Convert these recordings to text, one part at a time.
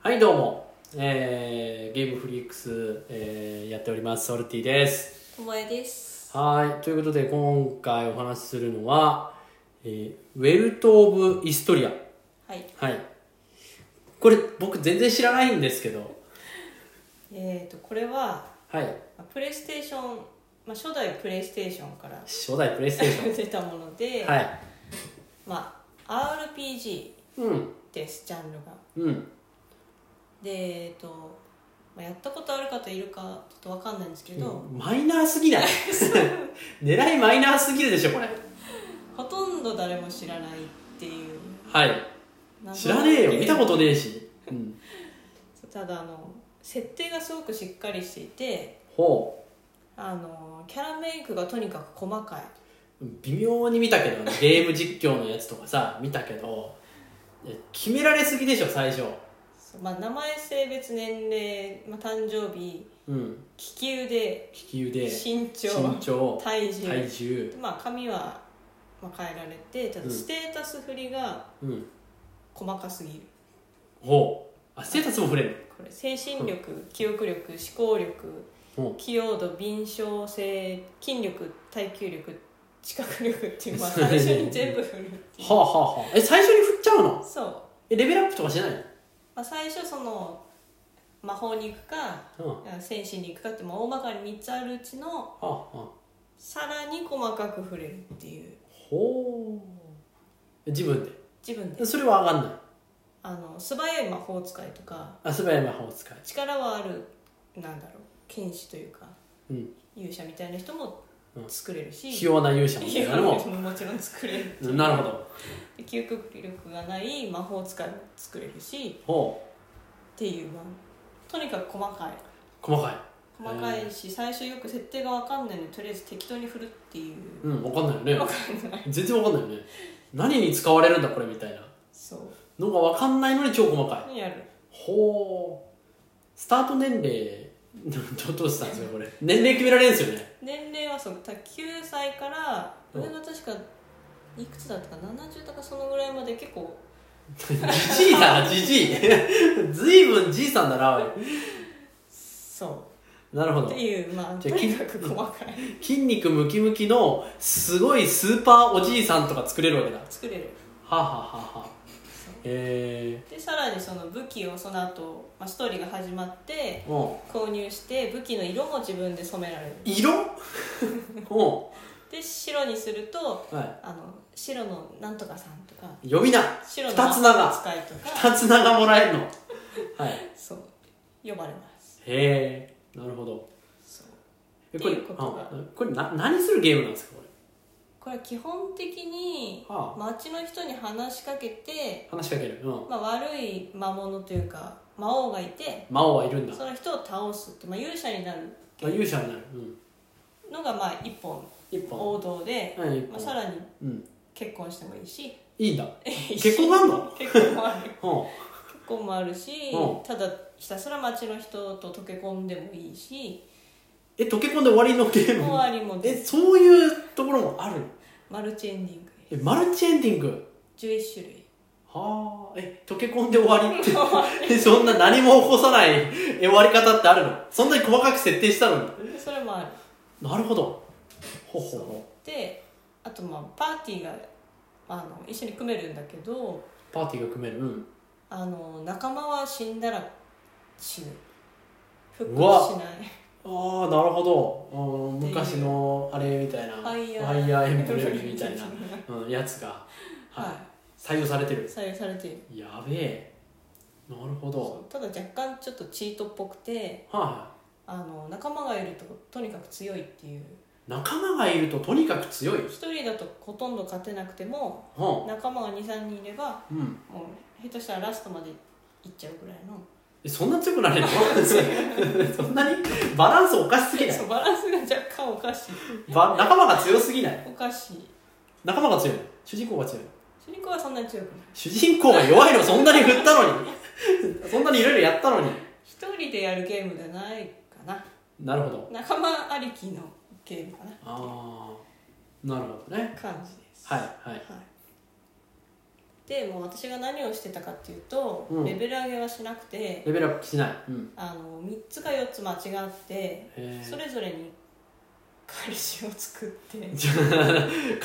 はいどうも、えーゲームフリークス、えーやっておりますソルティですともえです。はいということで今回お話しするのは、えーウェルト・オブ・イストリアはい。はいこれ僕全然知らないんですけどえっ、とこれははいまあプレイステーション、まあ初代プレイステーションから初代プレイステーショ 出たもので、ンはいまあ RPG うんですジャンルが。うんでえっ、と、まあ、やったことある方いるかちょっとわかんないんですけど、マイナーすぎない 狙いマイナーすぎるでしょこれほとんど誰も知らないっていう。はい知謎のらねえよ見たことねえし、うん、ただあの設定がすごくしっかりしていて、ほあのキャラメイクがとにかく細かい。う微妙に見たけどゲーム実況のやつとかさ見たけどいや決められすぎでしょ最初まあ、名前性別年齢、まあ、誕生日うん利き腕利き腕身長身長体重体重まあ、髪は、まあ、変えられてただうんステータス振りがうん細かすぎる、ほうあステータスも触れるこれ精神力記憶力思考力ほ器用度敏捷性筋力耐久力知覚力っ ていう、まあ、そう最初に全部振るってういはあはあはあえ最初に振っちゃうのうそう、えレベルアップとかしないまあ、最初その魔法に行くかのうんは戦士に行くかって、まあ、大まかに3つあるうちのあはあさらに細かく触れるっていうほう自分自分ででそれは上がんないあの素早い魔法使いとかあ素早い魔法使い力はあるなんだろう剣士というか、うん勇者みたいな人も作れるし、器用な勇者みたいな のもももちろん作れるなるほどで記憶力がない魔法使いも作れるしほっていうまあとにかく細かいう細かい細かいし、最初よく設定が分かんないのでとりあえず適当に振るっていう、うん分かんないよ分ねかんない全然分かんないよね何に使われるんだこれみたいなそうのが分かんないのに超細かい何やるほうスタート年齢どどうしたんですかこれ年齢決められるんですよね年齢はそうた9歳からうん上が確かいくつだったか70だかそのぐらいまで結構じじいだなじじいずいぶんじいさんだなおいそなるほうっどていうまあとじゃあにかく細かい筋肉ムキムキのすごいスーパーおじいさんとか作れるわけだは作れるあ、はあはあはあ、えでさらにその武器をその後、まあストーリーが始まってー、うん購入して武器の色も自分で染められる色 うで白にするとん、はあの白のなんとかさんとかい、読みな白の二つ名が使いとか二つ名がもらえるのはいそう呼ばれますへえなるほどそうえこれっていうことがあこれな何するゲームなんですかここれは基本的にれは街の人に話しかけてあ話しかけるうんまあ、悪い魔物というか魔王がいて魔王はいるんだ、まその人を倒すって、まあ、勇者になるあ、勇者になるうんのがまあ一本一本王道で、うん一まあ、さ本らにうん結婚してもいいしいいんだ結婚があんの結婚もあるう結婚もあるし、うんただひたすら街の人と溶け込んでもいいしんえ溶け込んで終わりのゲー終ムわりもえですそういうところもあるマルチエンディングえマルチエンディング11種類はあえ溶け込んで終わりって えそんな何も起こさないえ終わり方ってあるのそんなに細かく設定したのにそれもあるなるほど。ほうほうほであとまあパーティーがあの一緒に組めるんだけどう。パーティーが組める。うん。あの仲間は死んだら死ぬ復うわ活しないああ、なるほど。うん、昔のあれみたいな、ファイヤーファイヤーエンブレムみた いな、うん、やつが、は採用されている。採用されているやべえ。なるほど。ただ若干ちょっとチートっぽくてはあの仲間がいるととにかく強いっていうい、仲間がいるととにかく強い。うん。一人だとほとんど勝てなくても仲間が23人いればうん。もう下手したらラストまでいっちゃうぐらいのえそんな強くなれるの そんなにバランスおかしすぎないそうバランスが若干おかしいば仲間が強すぎないおかしい仲間が強いの主人公が強いの主人公はそんなに強くない主人公が弱いのそんなに振ったのにそんなにいろいろやったのに一人でやるゲームじゃないかななるほど仲間ありきのゲームかなああなるほどね感じですはいはいはい、でもう私が何をしてたかっていうと、うんレベル上げはしなくてレベルアップしない、うん、あの3つか4つ間違ってへーそれぞれに彼氏を作ってじゃあ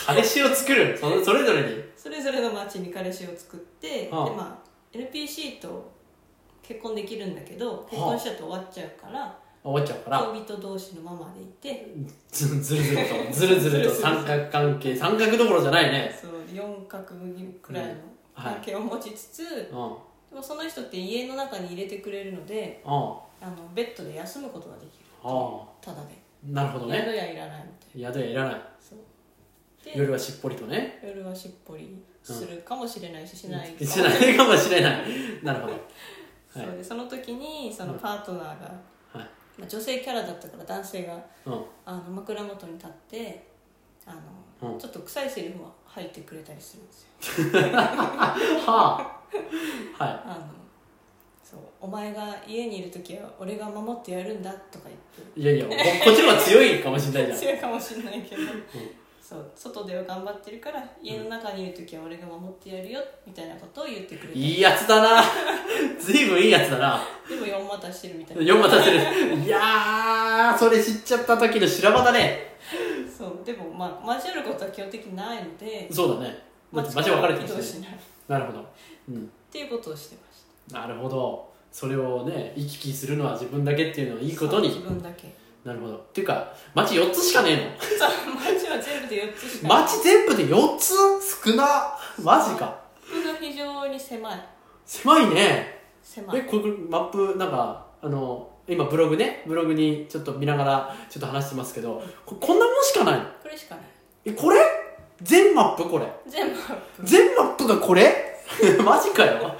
彼氏を作るそのそれぞれにそれぞれの町に彼氏を作ってああで、まあ、LPC と結婚できるんだけど結婚しちゃうと終わっちゃうから思っちゃうから恋人同士のままでいてずずるずるとずるずると三角関係三角どころじゃないねそう4角くらいのうんはい関係を持ちつつ、うんうんでもその人って家の中に入れてくれるのでああのベッドで休むことができるあただでなるほど宿ね屋いらないみたい宿屋いらないなそうで夜はしっぽりとね夜はしっぽりするかもしれないし、しないかもしないかもしれないなるほどそうはいでその時にそのパートナーが、はいまあ、女性キャラだったから男性がうんあの枕元に立ってあの、うんちょっと臭いセリフを入ってくれたりするんですよはあはいあのそうお前が家にいる時は俺が守ってやるんだとか言っいやいやここっちの方が強いかもしれないてじ強いかもしれないけど、そう外では頑張ってるから家の中にいる時は俺が守ってやるよみたいなことを言ってゃんくれたいいやつだなずいぶんいいやつだなでも4股してるみたいな4股するいやーそれ知っちゃった時の修羅場だねそうでもまあ交わることは基本的にないのでそうだねだって街分かれてるし,、移動ね、しないっなるほど、うん、ていうことをしてましたなるほどそれをね行き来するのは自分だけっていうのはいいことそうに自分だけ なるほどっていうか街4つしかねえのそう街は全部で4つしかない街全部で4つ少なマジかマップが非常に狭い狭いね狭えいこれマップなんかあの今ブログねブログにちょっと見ながらちょっと話してますけどここんなもんしかないのこれしかないえこれ全マップこれ全部マップ全マップがこれ マジかよ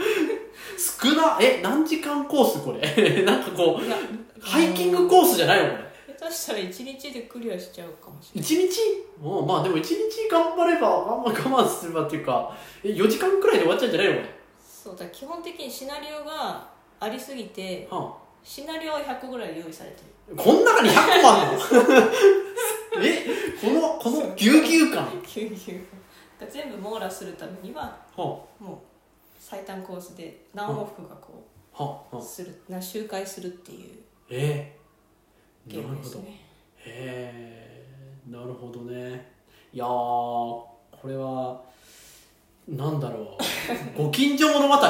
少なえ何時間コースこれ なんかこいやうハイキングコースじゃないのこ下手したら1日でクリアしちゃうかもしれ1日うんまあでも1日頑張れば我慢我慢すればっていうかえ4時間くらいで終わっちゃうんじゃないのこれれないそうだ基本的にシナリオがありすぎてはあシナリオは100ぐらい用意されてこん中に100個あんの えこのこのぎゅうぎゅう感はるぎゅうぎゅうが全部網羅するためにはもう最短コースで何往復かこあはあうするな周回するっていうええゲーなるムでほすどへねえなるほどねいやーこれはなんだろうご近所物語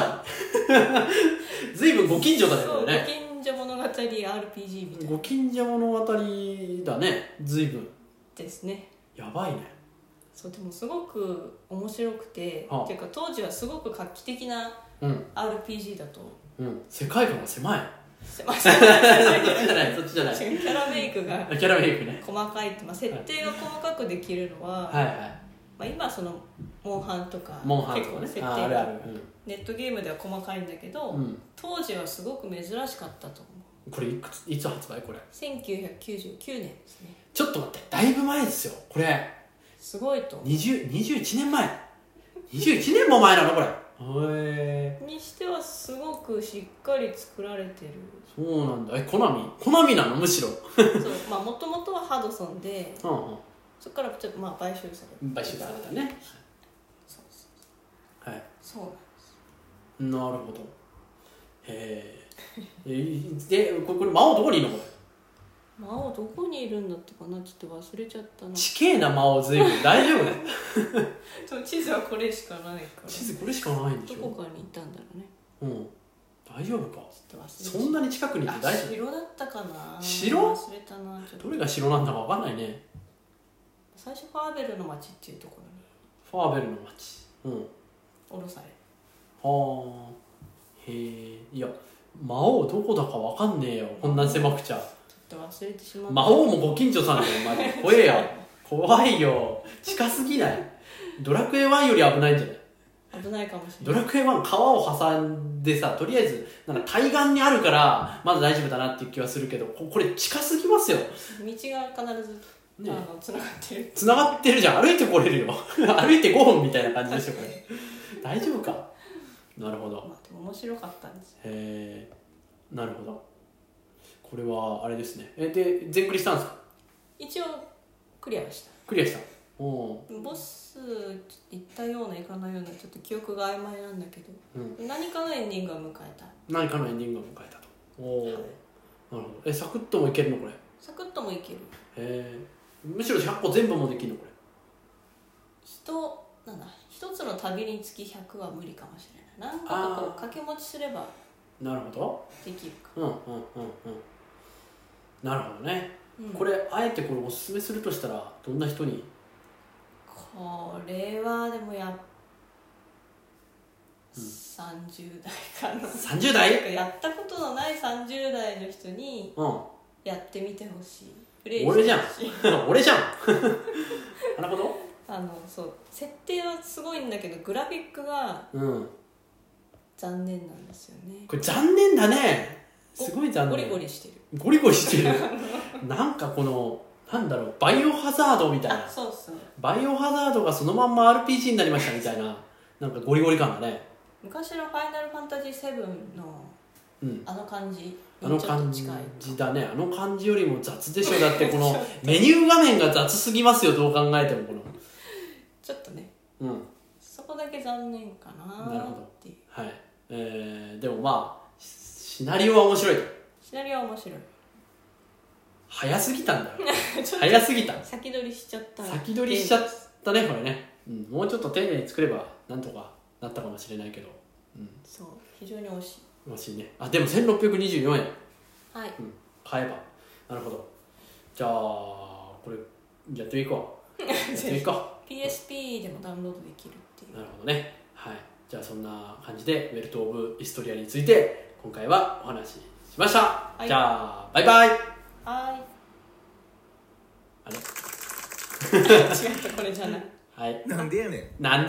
ずいぶんご近所だねそうこれごね近所物語 RPG みたいなご近所物語だねずいぶんですねやばいねそうでもすごく面白くて、はあっていうか当時はすごく画期的なうん RPG だとうん世界観が狭いすいませんそっちじゃない そっちじゃないキャラメイクがキャラメイクね細かいって、まあ、設定が細かくできるのは、はいはいまあ、今そのモンハンとかモンハン結と構かねね設定ああるあがる、ネットゲームでは細かいんだけど、うんうん当時はすごく珍しかったと思うこれいくついつ発売これ1999年ですねちょっと待ってだいぶ前ですよこれすごいと思20 21年前21年も前なのこれへえうにしてはすごくしっかり作られてる そうなんだえコナミコナミなのむしろそうまあもともとはハドソンでうんそこからちょっとまあ買収されうん買収されたねそうそうはいそうなるほどへええでこれこれ魔王どこにいるのこれ魔王どこにいるんだったかなちょっと忘れちゃ ったな地形な魔王随分大丈夫ねそう地図はこれしかないから 地図これしかないんでどしこょかにいたんだろうねうん大丈夫かちょっと忘れちゃそったんなに近くにいて大丈あ城だったかな城忘れたなちょっ夫とどれが城なんだか分かんないね最初ファーベルの町っていうところにファーベルの街うん降ろされはあへえいや魔王どこだかわかんねえよこんな狭くちゃちょっと忘れてしまった魔王もご近所さんだよマジで怖えや怖いよ近すぎないドラクエ1より危ないんじゃない危ないかもしれドないラクエ1川を挟んでさとりあえずなんか対岸にあるからまだ大丈夫だなっていう気はするけどここれ近すぎますよ道が必ずねあのつながってる繋がってるじゃん歩いてこれるよ 歩いて5分みたいな感じでしょこれ大丈夫かなるほどまあでも面白かったんですよへえなるほどこれはあれですねえで全クリしたんですか一応クリアはしたクリアしたおボス行ったような行かないようなちょっと記憶が曖昧なんだけど、う何かのエンディングは迎えた何かのエンディングを迎えたとおおはいなるほどえサクッともいけるのこれへサクッともいけるえむしろ100個全部もできるのこ人なんだ一つの旅につき100は無理かもしれない何個かこうあー掛け持ちすればれなるほできるか、どうんうんうんうんなるほどね、うんこれあえてこれおすすめするとしたらどんな人にこれはでもやっ、30代かな30代なんかやったことのない30代の人にうん やってみてほしいプ俺じゃんほしい俺じゃん なるほどあのそう設定はすごいんだけどグラフィックがうん残念なんですよねこれ残念だねすごい残念ゴリゴリしてるゴリゴリしてるなんかこのなんだろうバイオハザードみたいなあそうそうバイオハザードがそのまんま RPG になりましたみたいななんかゴリゴリ感だね昔の「ファイナルファンタジー7」のうんあの感じにちあょのっと感近いじだねあの感じよりも雑でしょだって このメニュー画面が雑すぎますよどう考えてもこちょっとねのうんそこだけ残念かなるなほーどっていうはいえー、でもまあシシナリオは面白いとシナリオは面白い早すぎたんだよ ちょっ早すぎたと先取りしちゃった先取りしちゃったねこれね、うん、もうちょっと丁寧に作ればなんとかなったかもしれないけどうんそう非常に惜しい惜しいねあでも1624円はい買えばなるほどじゃあこれやってみるか やってみるか PSP でもダウンロードできるっていうなるほどねはいじゃあそんな感じでウェルト・オブ・イストリアについて今回はお話ししました、いじゃあバイバイはあれーい 違ったこれじゃないはいなんでやねん。なん